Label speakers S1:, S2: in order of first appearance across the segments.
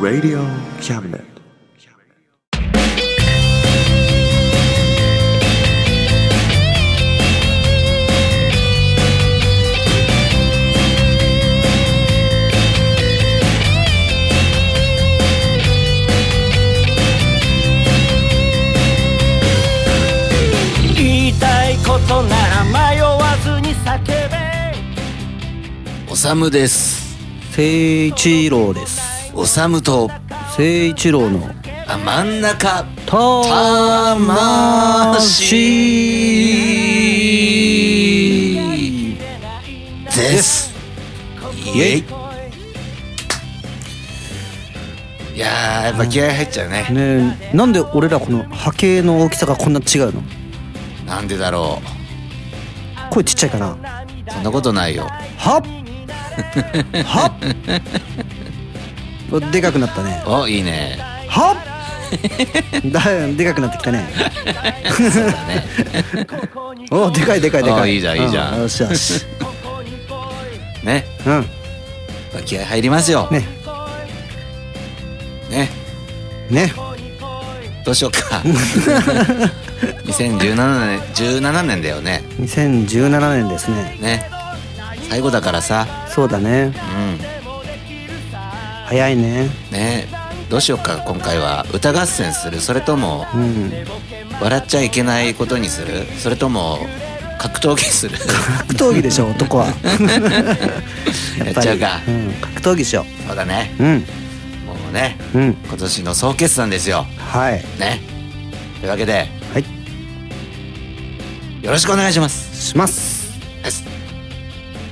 S1: Radio Cabinet.
S2: 言いたいことなら迷わずに叫べ
S3: おさむです
S4: 聖一郎です
S3: おさむと
S4: 聖一郎の
S3: あ真ん中
S4: たまし
S3: ですイエイいやーやっぱ気合入っちゃうね、
S4: ねえなんで俺らこの波形の大きさがこんな違うの
S3: なんでだろ
S4: 声ちっちゃいかな
S3: うそんなことないよ
S4: はっはっ でかくなったね
S3: おいいね
S4: はっだでかくなってきたね おでかいでかいで
S3: あ
S4: かい
S3: いいじゃんいいじゃん
S4: うよしよし
S3: ね
S4: うん
S3: やっぱ気合入りますよ
S4: ね
S3: ね
S4: ね
S3: どうしよう か2017年17年だよね
S4: 2017年ですね
S3: ね最後だからさ
S4: そうだね
S3: うん
S4: 早いね
S3: ねどうしようか今回は歌合戦するそれとも
S4: うん
S3: 笑っちゃいけないことにするそれとも格闘技する
S4: 格闘技でしょ男 は
S3: やっちゃうか
S4: うん、格闘技しよ
S3: そうだね
S4: ううん
S3: もうね
S4: うん
S3: 今年の総決算ですよ
S4: はい
S3: ねというわけで
S4: はい
S3: よろしくお願いします
S4: します
S3: です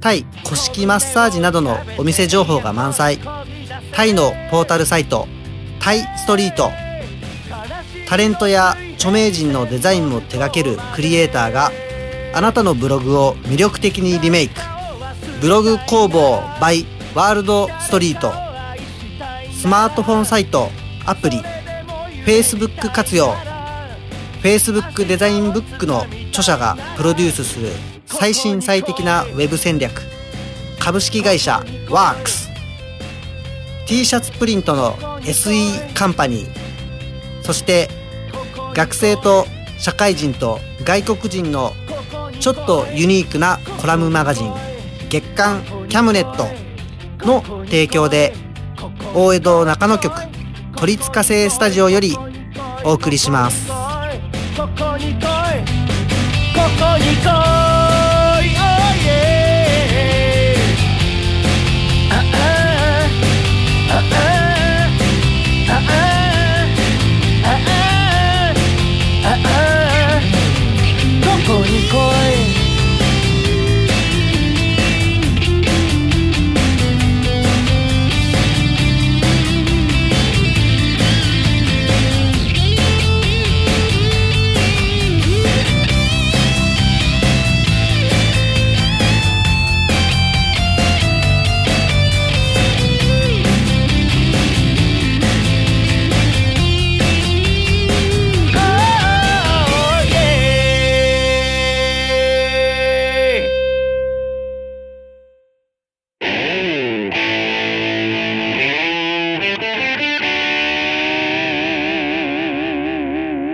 S5: タイ古式マッサージなどのお店情報が満載タイのポータルサイトタイストリートタレントや著名人のデザインも手掛けるクリエイターがあなたのブログを魅力的にリメイクブログ工房 by ワールドストリートスマートフォンサイトアプリ Facebook 活用 Facebook デザインブックの著者がプロデュースする最新最適なウェブ戦略株式会社 WorksT シャツプリントの SE カンパニーそして学生と社会人と外国人のちょっとユニークなコラムマガジン月刊キャムネットの提供で大江戸中野局都立火星スタジオよりお送りします。
S2: ここに来いここに来い Oh yeah ああああああああああここに来い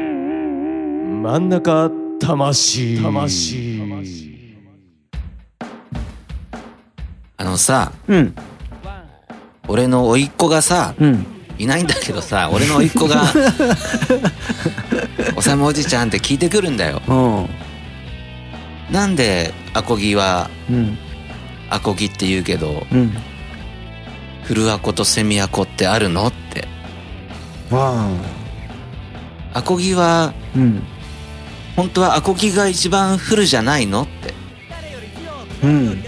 S6: 真ん中魂魂
S3: あのさ
S4: うん
S3: 俺の甥っ子がさ
S4: うん
S3: いないんだけどさ俺の甥っ子が「おさむおじちゃん」って聞いてくるんだよ
S4: うん
S3: なんでアコギは
S4: うん
S3: アコギって言うけど
S4: うん
S3: フルアコとセミアコってあるのって
S4: わ
S3: アコギは
S4: あうん
S3: 本当はアコギが一番フルじゃないのって
S4: うん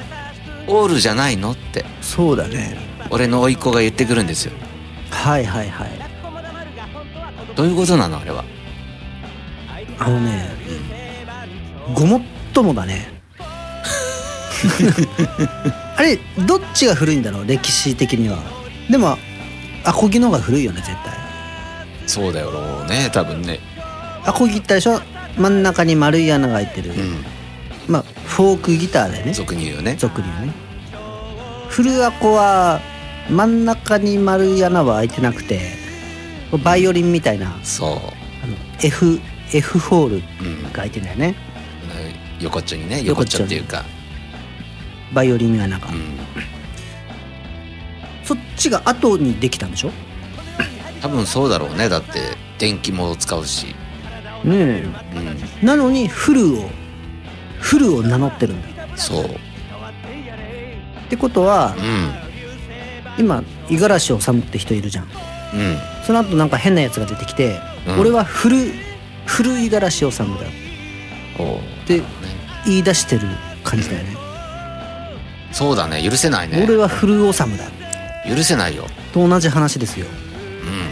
S3: オールじゃないのって
S5: そうだね
S3: 俺の甥っ子が言ってくるんですよ
S5: はいはいはい
S3: どういうことなのあれは
S5: あのね、ごもっともだね。 あれ、どっちが古いんだろう、歴史的には。でも、アコギの方が古いよね、絶対。
S3: そうだよろうね多分ね
S5: アコギってあれでしょ真ん中に丸い穴が開いてる。
S3: う
S5: まあ、フォークギターだよね
S3: ん。俗に言うよね
S5: 俗にはね。古アコは、真ん中に丸い穴は開いてなくて、バイオリンみたいな、
S3: そ
S5: あの F、F ホール
S3: う、うん
S5: が、開いてんだよね。
S3: 横っちょにね横
S5: 横
S3: っ
S5: っ
S3: ち
S5: ち
S3: ょ
S5: ょ
S3: っていうか、
S5: バイオリンがなんか
S3: う。ん、
S5: そっちが後にできたんでしょ
S3: 多分そうだろうねだって電気も使うし、う
S5: ねえなのにフルをフルを名乗ってるんだよ
S3: ん、そう、
S5: ってことは
S3: う
S5: 今五十嵐治って人いるじゃん
S3: んうん、
S5: その後なんか変なやつが出てきて、
S3: うん
S5: 俺はフルフル五十嵐治だよ
S3: おう
S5: で
S3: なるほどね
S5: 言い出してる感じだよね
S3: そうだね許せないね
S5: 俺はフル治だ
S3: 許せないよ、
S5: と同じ話ですよ
S3: うん、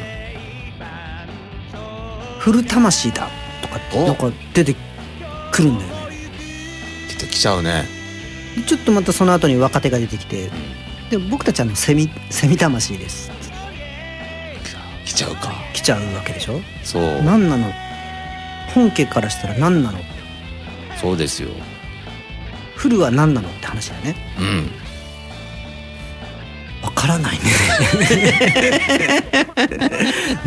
S5: フル魂だとか
S3: お
S5: なんか出てくるんだよね
S3: 出てきちゃうね
S5: でちょっとまたその後に若手が出てきてで僕たちはあのセミセミ魂です
S3: 来ちゃうか
S5: 来ちゃうわけでしょ
S3: そう
S5: 何なの本家からしたら何なの
S3: そうですよ
S5: フルは何なのって話だよね
S3: うん
S5: わからないね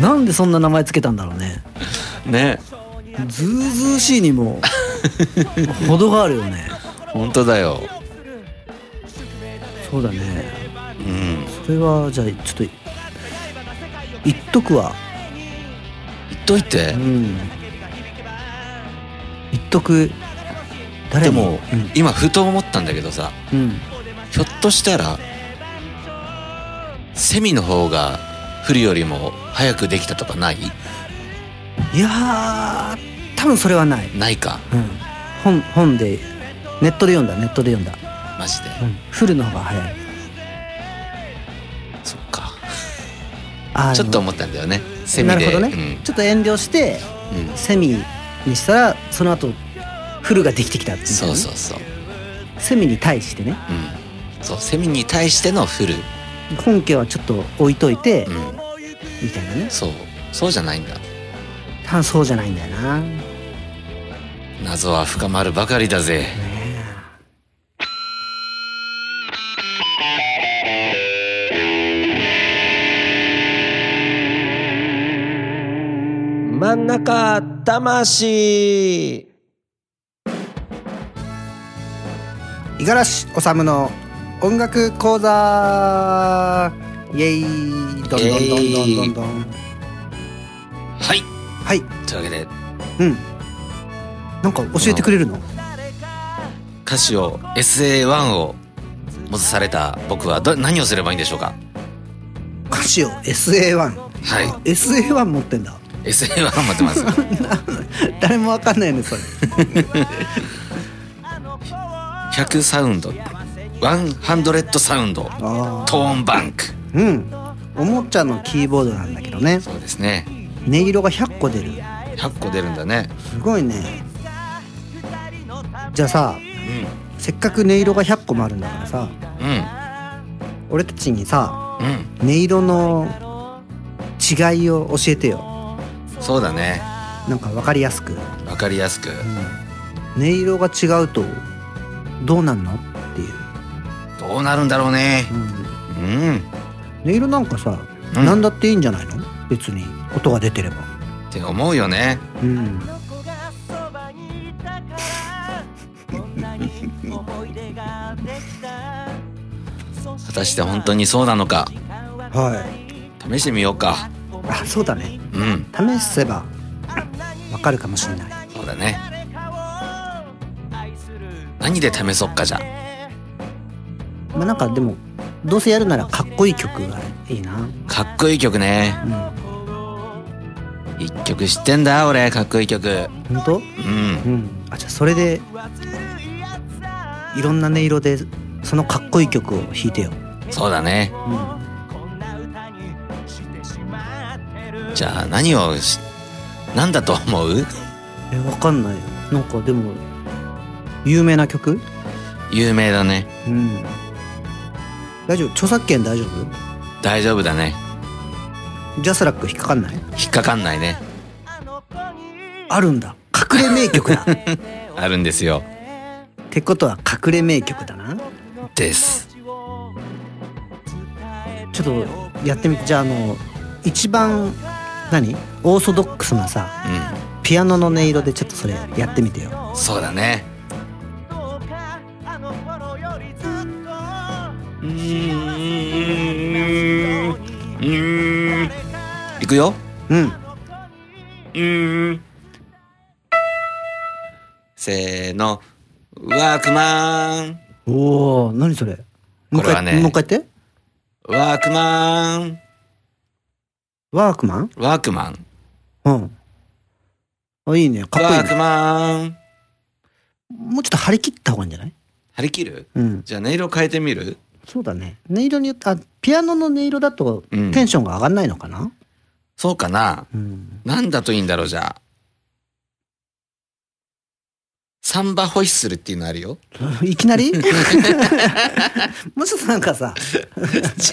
S5: なんでそんな名前つけたんだろうね
S3: ね
S5: ずうずうしいにも程があるよね
S3: 本当だよ
S5: そうだね
S3: うん
S5: それはじゃあちょっと言っとくわ
S3: 言っといて、
S5: うん言っとく誰
S3: で
S5: に
S3: も、今ふと思ったんだけどさ
S5: うん、うん、
S3: ひょっとしたらセミの方がフルよりも早くできたとかない
S5: いやー多分それはない
S3: ないか
S5: うん、本本でネットで読んだネットで読んだ、
S3: マジで
S5: フルの方が早い
S3: そっか
S5: あー
S3: ちょっと
S5: でも
S3: 思ったんだよねセミで
S5: なるほどね、ちょっと遠慮して
S3: うんうん
S5: セミにしたらその後フルができてきたっていうね、
S3: そうそうそう、
S5: セミに対してね
S3: うん、そうセミに対してのフル、
S5: 本家はちょっと置いといて、
S3: うん、
S5: みたいなね
S3: そうそうじゃないんだ
S5: 多分そうじゃないんだよなね
S3: 謎は深まるばかりだぜ
S6: 真ん中魂
S7: 五十嵐治の音楽講座イエイどんどんどんどんどんどん
S3: はい
S7: はい
S3: というわけで
S7: うん
S5: なんか教えてくれるの
S3: 歌詞を SA1 を戻された僕はど何をすればいいんでしょうか
S5: 歌詞を SA1
S3: はい
S5: SA1 持ってんだ
S3: SA1 持ってます
S5: 誰もわかんないよ ねそれ
S3: 100サウンド100サウンド
S5: あ
S3: トーンバンク
S5: ーうんおもちゃのキーボードなんだけどね
S3: そうですね
S5: 音色が100個出る
S3: 100個出るんだね
S5: すごいねじゃあさ
S3: う
S5: せっかく音色が100個もあるんだからさ
S3: んうん
S5: 俺たちにさ
S3: うん
S5: 音色の違いを教えてよ
S3: そうだね
S5: なんか分かりやすく、
S3: わかりやすく
S5: 音色が違うとどうなんのっていう、
S3: どうなるんだろうね
S5: うん
S3: うん
S5: 音色なんかさ、
S3: うん
S5: 何だっていいんじゃないの別に音が出てれば
S3: って思うよね
S5: うん
S3: 果たして本当にそうなのか
S5: はい
S3: 試してみようか
S5: あそうだね
S3: うん
S5: 試せば分かるかもしれない
S3: そうだね何で試そっかじゃ
S5: まあなんかでもどうせやるならかっこいい曲がいいな、
S3: かっこいい曲ね
S5: うん、
S3: 一曲知ってんだ俺かっこいい曲
S5: 本当
S3: うん
S5: うんあじゃあそれでいろんな音色でそそのかっこいい曲を弾いてよ、
S3: そうだね
S5: うん、
S3: じゃあ何をし何だと思う
S5: えわかんないよなんかでも有名な曲
S3: 有名だね
S5: うん大丈夫著作権大丈夫
S3: 大丈夫だね
S5: ジャスラック引っかかんない
S3: 引っかかんないね
S5: あるんだ隠れ名曲 だっ
S3: あるんですよ
S5: てことは隠れ名曲だな
S3: です
S5: ちょっとやってみてじゃああの一番何オーソドックスなさ
S3: う
S5: ピアノの音色でちょっとそれやってみてよ
S3: んそうだねうーんうーんいくよ
S5: うん
S3: うーんせーのワークマン
S5: おお何それも
S3: こ
S5: う一
S3: れは
S5: 回
S3: ね
S5: もう一回やって
S3: ワークマン
S5: ワークマン
S3: ワークマン
S5: うんあいいねかっこいい
S3: ワーク
S5: ね
S3: マン
S5: もうちょっと張り切った方がいいんじゃない
S3: 張り切る
S5: うん
S3: じゃあ音色変えてみる
S5: そうだね音色によってあピアノの音色だとテ
S3: うん
S5: ンションが上がんないのかな
S3: そうかな
S5: うん
S3: なんだといいんだろうじゃあサンバホイッスルっていうのある よ
S5: いき なりもうちょっとなんかさ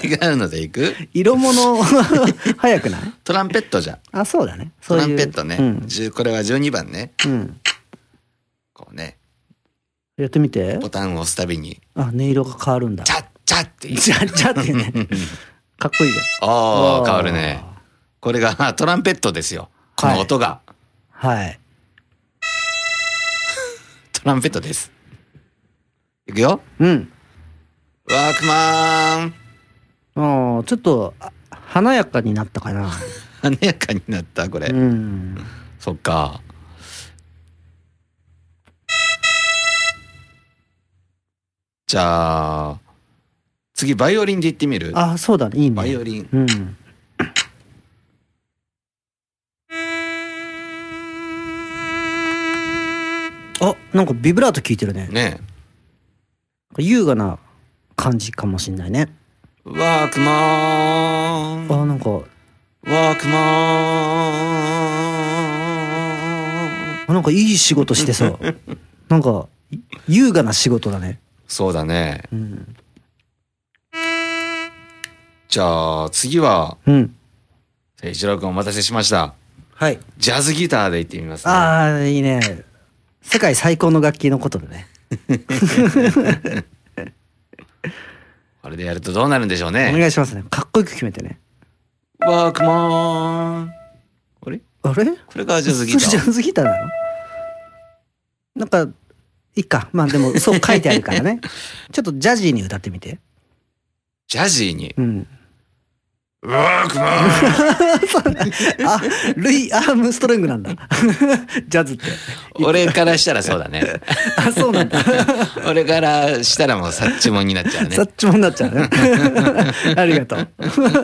S3: 違うのでいく
S5: 色物 早くない
S3: トランペットじゃ
S5: あそうだねそ
S3: ト
S5: う
S3: ラ
S5: い
S3: ン
S5: う
S3: ペットね、
S5: うん
S3: 十これは12番ね
S5: うん
S3: こうね
S5: やってみて
S3: ボタンを押すたびに
S5: あ音色が変わるん
S3: 「
S5: だ
S3: チャッチャッ」って言う
S5: じゃじゃっ てねかっこいいじゃ
S3: あ
S5: んあー
S3: あ変わるねこれがトランペットですよこ
S5: は
S3: の
S5: い
S3: 音が、
S5: はい
S3: トランペットですいくよ
S5: うん
S3: ワークマン
S5: ああちょっとあ華やかになったかな
S3: 華やかになったこれ、
S5: うん
S3: そっかじゃあ次バイオリンでいってみる
S5: あそうだねいい
S3: バイオ
S5: ね
S3: リン
S5: うんあなんかビブラート効いてるね
S3: ね
S5: 優雅な感じかもしんないね
S3: ワークマン
S5: あなんか
S3: ワークマン
S5: あなんかいい仕事し てそうなんか優雅な仕事だね
S3: そうだね
S5: うん、
S3: じゃあ次は
S5: うん、
S3: 一郎君お待たせしました
S5: はい
S3: ジャズギターでいってみますね
S5: ああいいね世界最高の楽器のことだね
S3: これでやるとどうなるんでしょう
S5: お
S3: ね
S5: 願いしますねかっこよく決めてね
S3: ワークマンあれ
S5: あ
S3: こ
S5: れ
S3: れがジャズギ
S5: それジ
S3: ター
S5: ャズギターなのなんかいいかまあでもそう書いてあるから ねちょっとジャジーに歌ってみて
S3: ジャジーに
S5: うん
S3: ワークマ
S5: あルイ・アームストロングなんだ ジャズって
S3: ン俺からしたらそうだね
S5: あそ うなんだ
S3: 俺からしたらもうサッチモンになっちゃうね
S5: サッチモンになっちゃうね ありがとう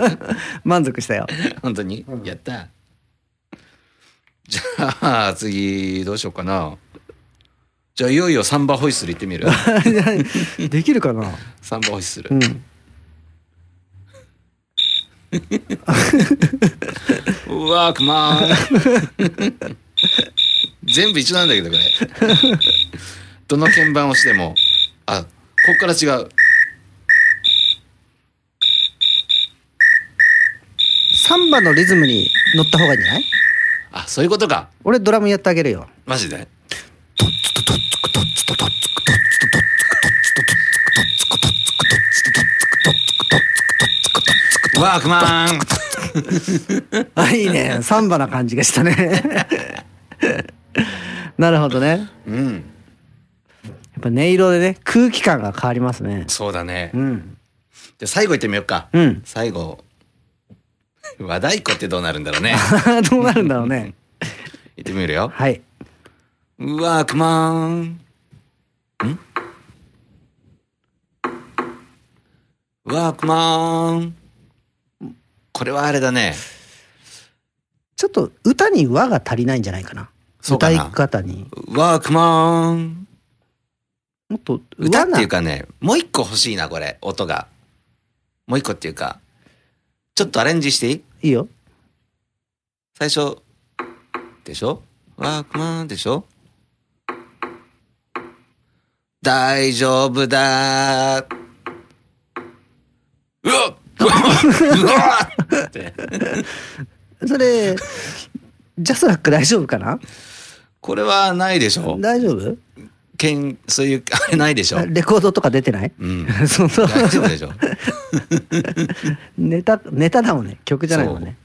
S5: 満足したよ
S3: 本当にやったじゃあ次どうしようかなじゃあいよいよサンバホイッスル行ってみ る
S5: できるかな
S3: サンバホイッスル、
S5: うん
S3: ワークマン全部一緒なんだけどこ れどの鍵盤をしてもあこっから違う
S5: サンバのリズムに乗った方がいいんじゃない
S3: あそういうことか
S5: 俺ドラムやってあげるよ
S3: マジでワークマン
S5: あいいね サンバな感じがしたね なるほどねや
S3: うん
S5: っぱ音色でね空気感が変わりますね
S3: そうだね
S5: うん
S3: じゃあ最後行ってみようか、
S5: うん
S3: 最後和太鼓ってどうなるんだろうね
S5: どうなるんだろうね
S3: 行ってみるよ
S5: はい
S3: ワークマンんワークマンこれはあれだね
S5: ちょっと歌に和が足りないんじゃないかな
S3: そうかな
S5: 歌い方に
S3: ワークマン
S5: もうっと
S3: 歌っていう
S5: か
S3: かね、もう一個欲しいな、これ、音が。もう一個っていうか、ちょっとアレンジしていい
S5: いいよ
S3: 最初、でしょワークマンでしょ大丈夫だーうわっうわっうわっって。
S5: それ ジャスラック大丈夫かな
S3: これはないでしょ
S5: 大丈夫
S3: けん、そういう、あれないでしょ
S5: あレコードとか出てない
S3: うん。
S5: その
S3: 大丈夫でしょ
S5: ネタネタだもんね曲じゃないもんね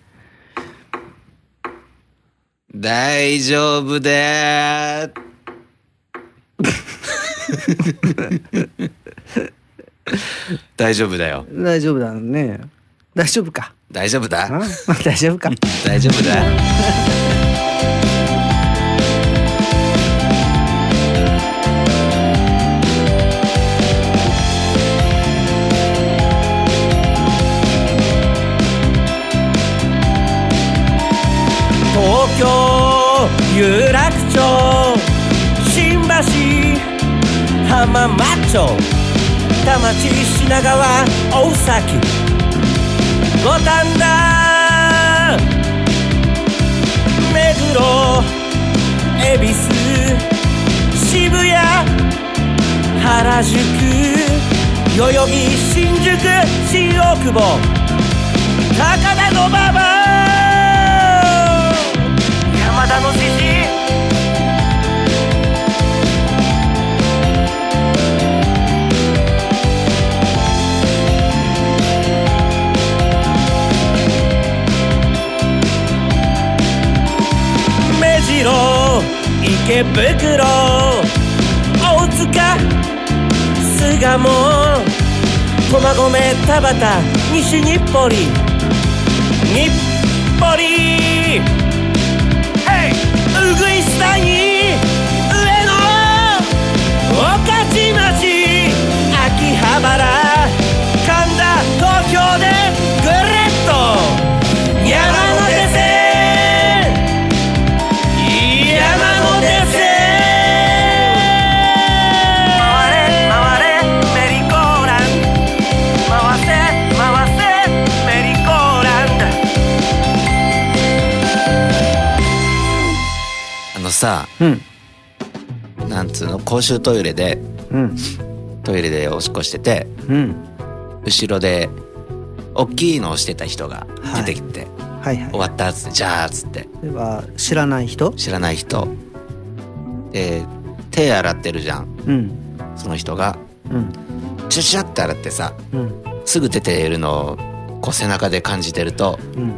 S3: 大丈夫でー大丈夫だよ。
S5: 大丈夫だね大丈夫か
S3: 大丈夫
S5: あ
S3: だ。
S5: 大丈夫か
S3: 大丈夫だ。
S2: 東京有楽町新橋浜松町田町品川大崎五反田目黒恵比寿渋谷原宿代々木新宿新大久保高田の馬場山田の獅子目白池袋大塚巣鴨駒込田端西日暮里日暮里ヘイうぐいす谷上野御徒町秋葉原神田東京でぐるっと山手線山手線回れ回れメリーゴーランド回せ回せメリーゴーランド
S3: あのさ、
S5: うん
S3: なんつうの、公衆トイレで、
S5: うん
S3: トイレでおしっこしてて、
S5: うん
S3: 後ろで、大きいのをしてた人が出てきて、
S5: はいはい
S3: 終わったっつって、じゃあっつって、
S5: では知らない人
S3: 知らない人。で、手洗ってるじゃん。
S5: うん
S3: その人が
S5: うん
S3: シュシュって洗ってさ
S5: うん
S3: すぐ出ているのをこう背中で感じてると
S5: うん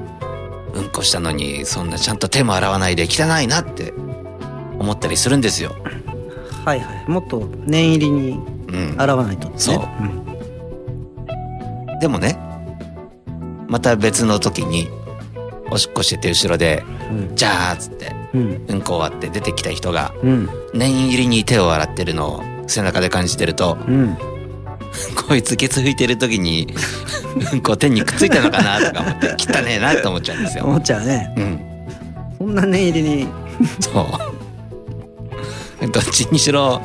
S3: うんこしたのにそんなちゃんと手も洗わないで汚いなって思ったりするんですよ。
S5: はいはいもっと念入りに
S3: うん、
S5: 洗わないとね
S3: そうでもねまた別の時におしっこしてて後ろで
S5: う
S3: 「
S5: ん
S3: じゃあ」っつって
S5: うん
S3: うんこ終わって出てきた人が
S5: うん
S3: 念入りに手を洗ってるのを背中で感じてると
S5: うん
S3: こいつケツ拭いてる時に うんこ手にくっついたのかなとか思って汚ねえなって思っちゃうんですよ。
S5: 思っちゃうね
S3: うん
S5: そんな念入りに
S3: そう。 どっちにしろ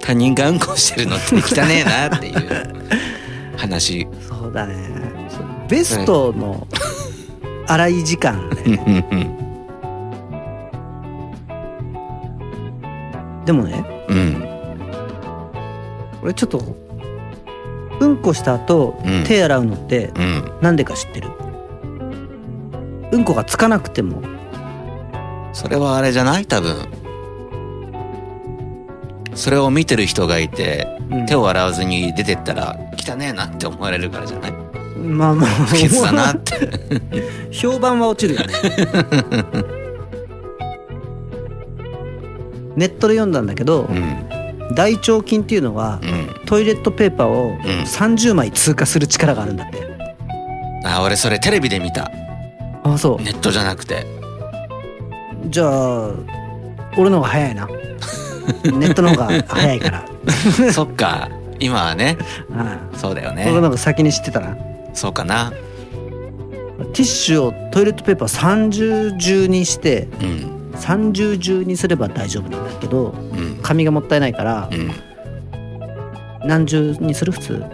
S3: 他人がうんこしてるのって汚ねえなっていう話。
S5: そうだねそうベストの洗い時間ね
S3: うんうん
S5: でもね
S3: うん。
S5: 俺ちょっとうんこした後、
S3: うん
S5: 手洗うのって
S3: うん。
S5: なんでか知ってるうんこがつかなくても
S3: それはあれじゃない多分。それを見てる人がいて、
S5: うん
S3: 手を洗わずに出てったら汚ねえなって思われるからじ ゃない
S5: まあまあ
S3: 不潔だ なって。
S5: 評判は落ちるよねネットで読んだんだけど、
S3: うん
S5: 大腸菌っていうのは
S3: うん。
S5: トイレットペーパーを30枚通過する力があるんだって、
S3: あ、俺それテレビで見た。
S5: ああそ
S3: ネットじゃなくて。
S5: うじゃあ俺の方が早い なネットの方が早いから
S3: そっか。今はね、
S5: あ
S3: そうだよ
S5: あ俺
S3: ね。
S5: の方が先に知ってたな
S3: そうかな。
S5: ティッシュをトイレットペーパー30重にして
S3: うん。
S5: 30重にすれば大丈夫なんだけど
S3: うん。
S5: 紙がもったいないから
S3: うん。
S5: 何十にする普通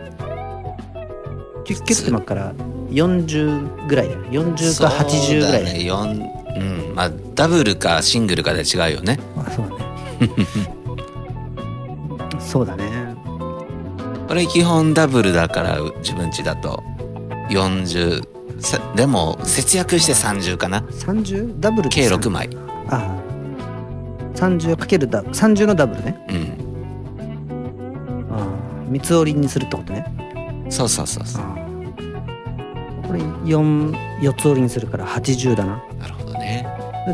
S5: キュッキュッて巻くから40ぐらいだよ40か80ぐらいだよ
S3: そうだね4うんまあダブルかシングルかで違うよね
S5: あそうだねそうだね
S3: これ基本ダブルだからう自分家だと40さでも節約して30かな
S5: 30? ダブル
S3: 計6枚
S5: ああ30かけるダ30のダブルね
S3: うん
S5: ああ三つ折りにするってことね
S3: そうそうそうそう
S5: ああこれ四四つ折りにするから80だな
S3: なるほどね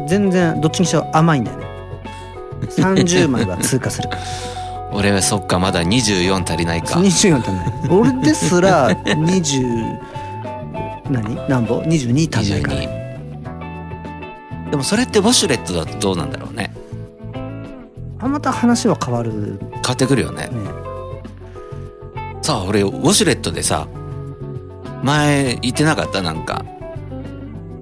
S5: 全然どっちにしろ甘いんだよね30枚は通過す るから
S3: 俺はそっかまだ24足りないか
S5: 24足んない俺ですら20何何本 ?22 足んないから
S3: 22でもそれってウォシュレットだとどうなんだろうね
S5: あまた話は変わる
S3: 変わってくるよね
S5: ね
S3: さあ俺ウォシュレットでさ前言ってなかったなんか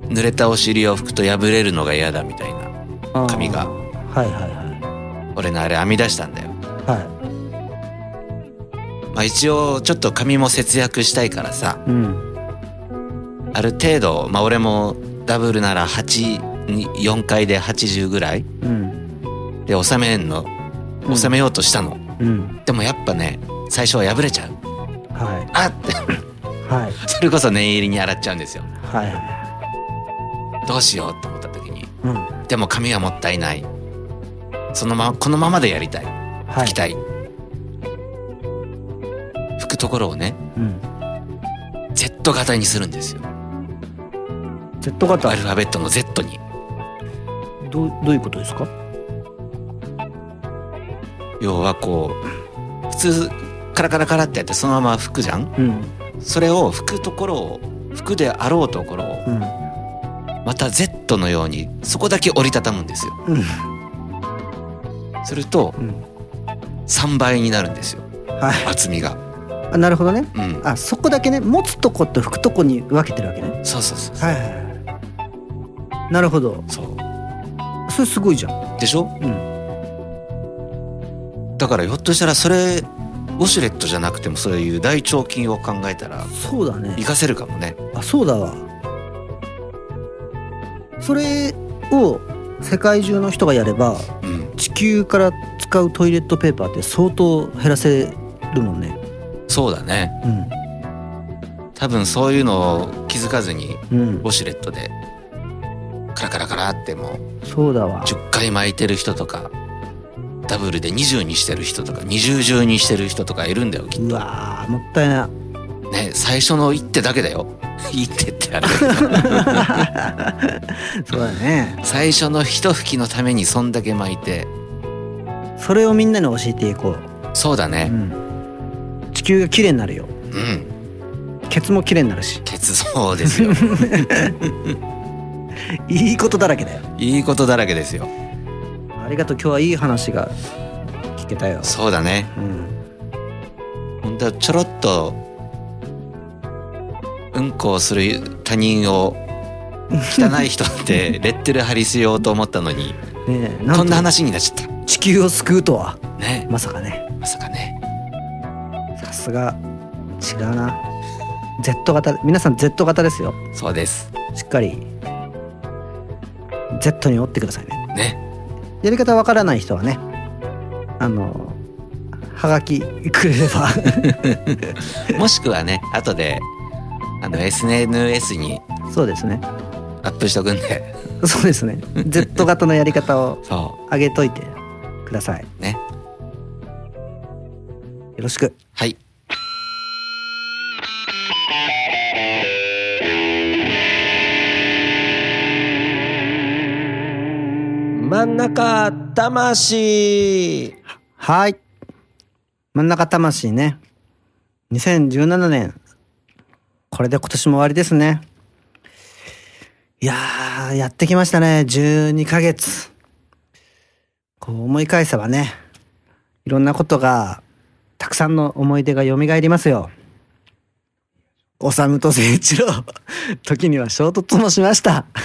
S3: 濡れたお尻を拭くと破れるのが嫌だみたいな髪が
S5: はいはいは
S3: 俺のあれ編み出したんだよ
S5: いは
S3: まあ一応ちょっと髪も節約したいからさ
S5: いうん
S3: ある程度まあ俺もダブルなら8に4回で80ぐらい
S5: うん
S3: で収めんの
S5: うん
S3: 収めようとしたの、
S5: うん
S3: でもやっぱね最初は破れちゃう
S5: はい
S3: あって
S5: はい
S3: それこそ念入りに洗っちゃうんですよ
S5: はいは
S3: どうしようと思った時に
S5: いうん
S3: でも髪はもったいないそのままこのままでやりたい
S5: は
S3: 拭きたい、拭くところをね
S5: うん、
S3: Z 型にするんですよ
S5: Z 型
S3: アルファベットの Z に
S5: どうどういうことですか
S3: 要はこう普通カラカラカラってやってそのまま拭くじゃん
S5: うん
S3: それを拭くところを拭くであろうところを
S5: うん
S3: また Z のようにそこだけ折りたたむんですよ
S5: うん
S3: すると
S5: うん
S3: 3倍になるんですよ
S5: はい
S3: 厚みが
S5: あなるほどね
S3: うん
S5: あそこだけね持つとこと拭くとこに分けてるわけね
S3: そうそうそう
S5: はいはいなるほど
S3: そう
S5: それすごいじゃん
S3: でしょ、だからひょっとしたらそれウォシュレットじゃなくてもそういう大腸菌を考えたら
S5: そうだね
S3: 活かせるかもね
S5: あそうだわそれを世界中の人がやれば
S3: うん
S5: 地球から使うトイレットペーパーって相当減らせるもんね
S3: そうだね
S5: うん
S3: 多分そういうのを気づかずに
S5: うん
S3: ウォシュレットでカラカラカラっても
S5: そうだわ
S3: う10回巻いてる人とかダブルで20にしてる人とか20重にしてる人とかいるんだよきっ
S5: うわーもったいな
S3: とね最初の一手だけだよ 一手ってあれだけど
S5: いそうだね
S3: 最初の一吹きのためにそんだけ巻いて
S5: それをみんなに教えていこう
S3: そうだね
S5: うん、地球が綺麗になるよ
S3: うん
S5: ケツも綺麗になるし
S3: 鉄そうです よ
S5: いいことだらけだよ
S3: いいことだらけですよ
S5: ありがとう今日はいい話が聞けたよ
S3: そうだね
S5: うん
S3: 本当はちょろっとうんこをする他人を汚い人って レッテル貼りしようと思ったのに
S5: ねえ
S3: こ
S5: と
S3: んな話になっちゃっ
S5: 地球を救うとは
S3: たね
S5: まさかね
S3: まさかね
S5: さすが違うな Z 型皆さん Z 型ですよ
S3: そうです
S5: しっかり Z に折ってくださいね
S3: ね
S5: やり方わからない人はねあのはがきくれれば
S3: もしくは ね後であの SNS に
S5: そうですね
S3: アップしとくんで
S5: そうですね Z 型のやり方を
S3: そ
S5: 上げといてくださいよ
S3: うね
S5: ろしく
S3: はい
S6: 真ん中魂
S5: はい真ん中魂ね2017年これで今年も終わりですねいやーやってきましたね12ヶ月こう思い返せばねいろんなことがたくさんの思い出が蘇りますよおさむと誠一郎 時には衝突もしました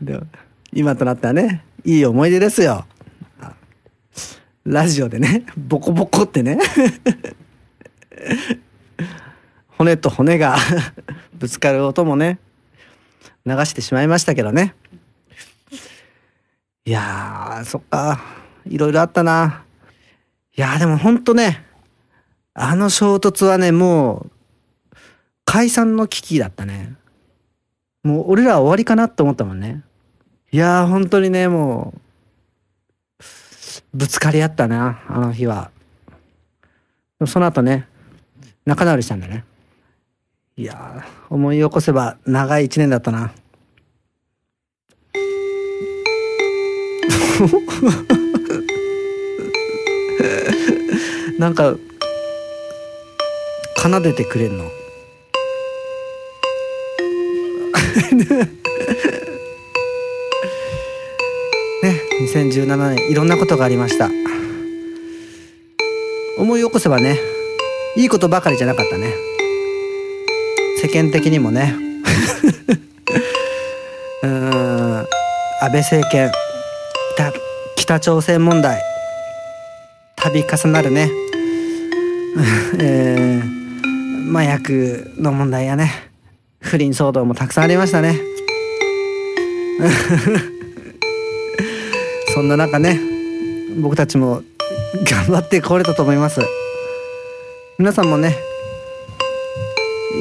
S5: でも今となってはねいい思い出ですよラジオでね、ボコボコってね。骨と骨がぶつかる音もね、流してしまいましたけどね。いやー、そっか。いろいろあったな。いやー、でもほんとね、あの衝突はね、もう、解散の危機だったね。もう俺らは終わりかなって思ったもんね。いやー、本当にね、もう、ぶつかり合ったな、あの日は。でもその後ね、仲直りしたんだね。いやー、思い起こせば長い一年だったな。 なんか、奏でてくれんの。ね、2017年いろんなことがありました思い起こせばねいいことばかりじゃなかったね世間的にもね うーん安倍政権北北朝鮮問題度重なるね、 えー、麻薬の問題やね不倫騒動もたくさんありましたねそんな中ね、僕たちも頑張ってこれたと思います。皆さんもね、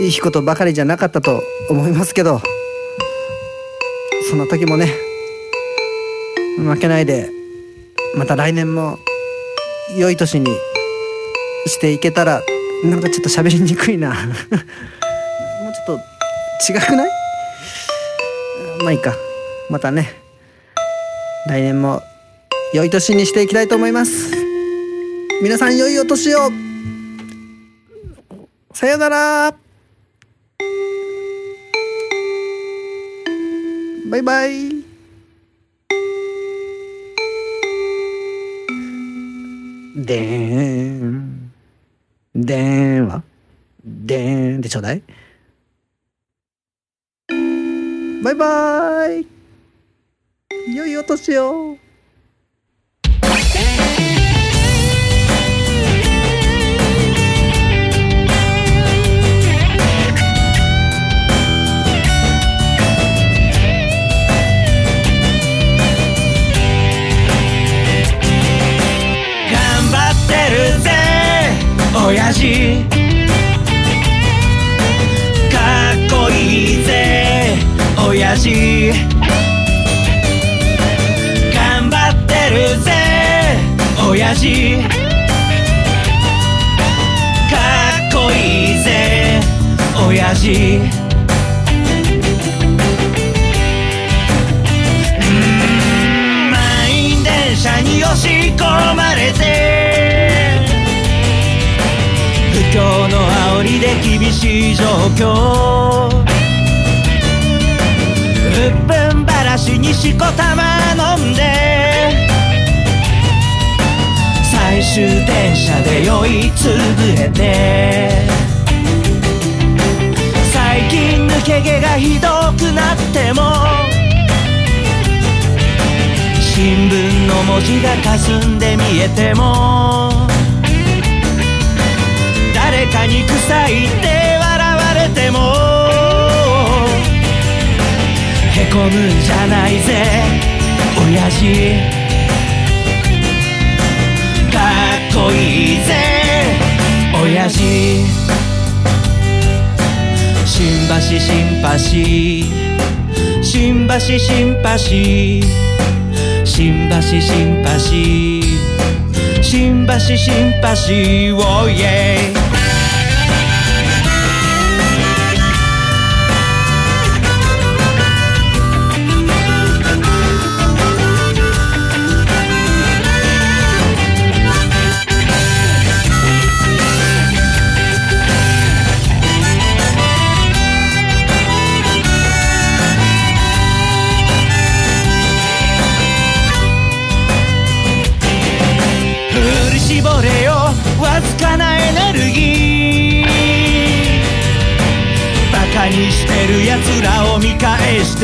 S5: いいことばかりじゃなかったと思いますけど、そんな時もね、負けないで、また来年も良い年にしていけたら、なんかちょっと喋りにくいな。 もうちょっと違くないまあいいか。またね。来年も良い年にしていきたいと思います皆さん良いお年をさよならバイバイでーんでーんはでーんでちょうだいバイバイ良いお年を
S2: 頑張ってるぜ親父かっこいいぜ親父頑張ってるぜ親父かっこいいぜ親父満員電車に押し込まれて不況の煽りで厳しい状況うっぷんばらしにしこたま飲んで最終電車で酔いつぶれて最近抜け毛がひどくなっても新聞の文字が霞んで見えても誰かに臭いって笑われてもへこむんじゃないぜ親父かっこいいぜ親父新橋新橋新橋新橋新橋新橋新橋新橋をイエイ振り絞れよわずかなエネルギーバカにしてるやつらを見返して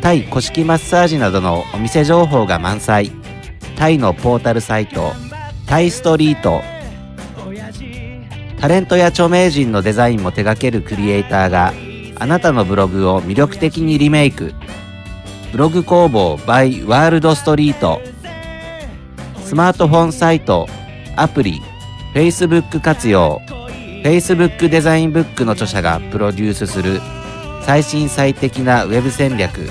S3: タイ古式マッサージなどのお店情報が満載タイのポータルサイトタイストリートタレントや著名人のデザインも手掛けるクリエイターがあなたのブログを魅力的にリメイクブログ工房 by ワールドストリートスマートフォンサイトアプリ Facebook 活用 Facebook デザインブックの著者がプロデュースする最新最適なウェブ戦略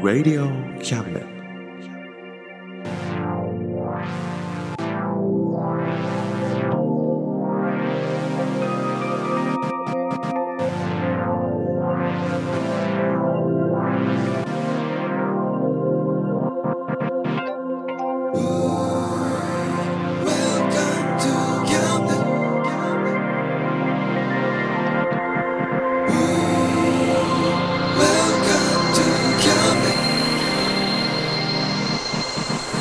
S1: Radio Cabinet.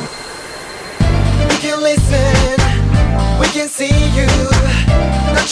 S8: We can listen, we can see you. Don't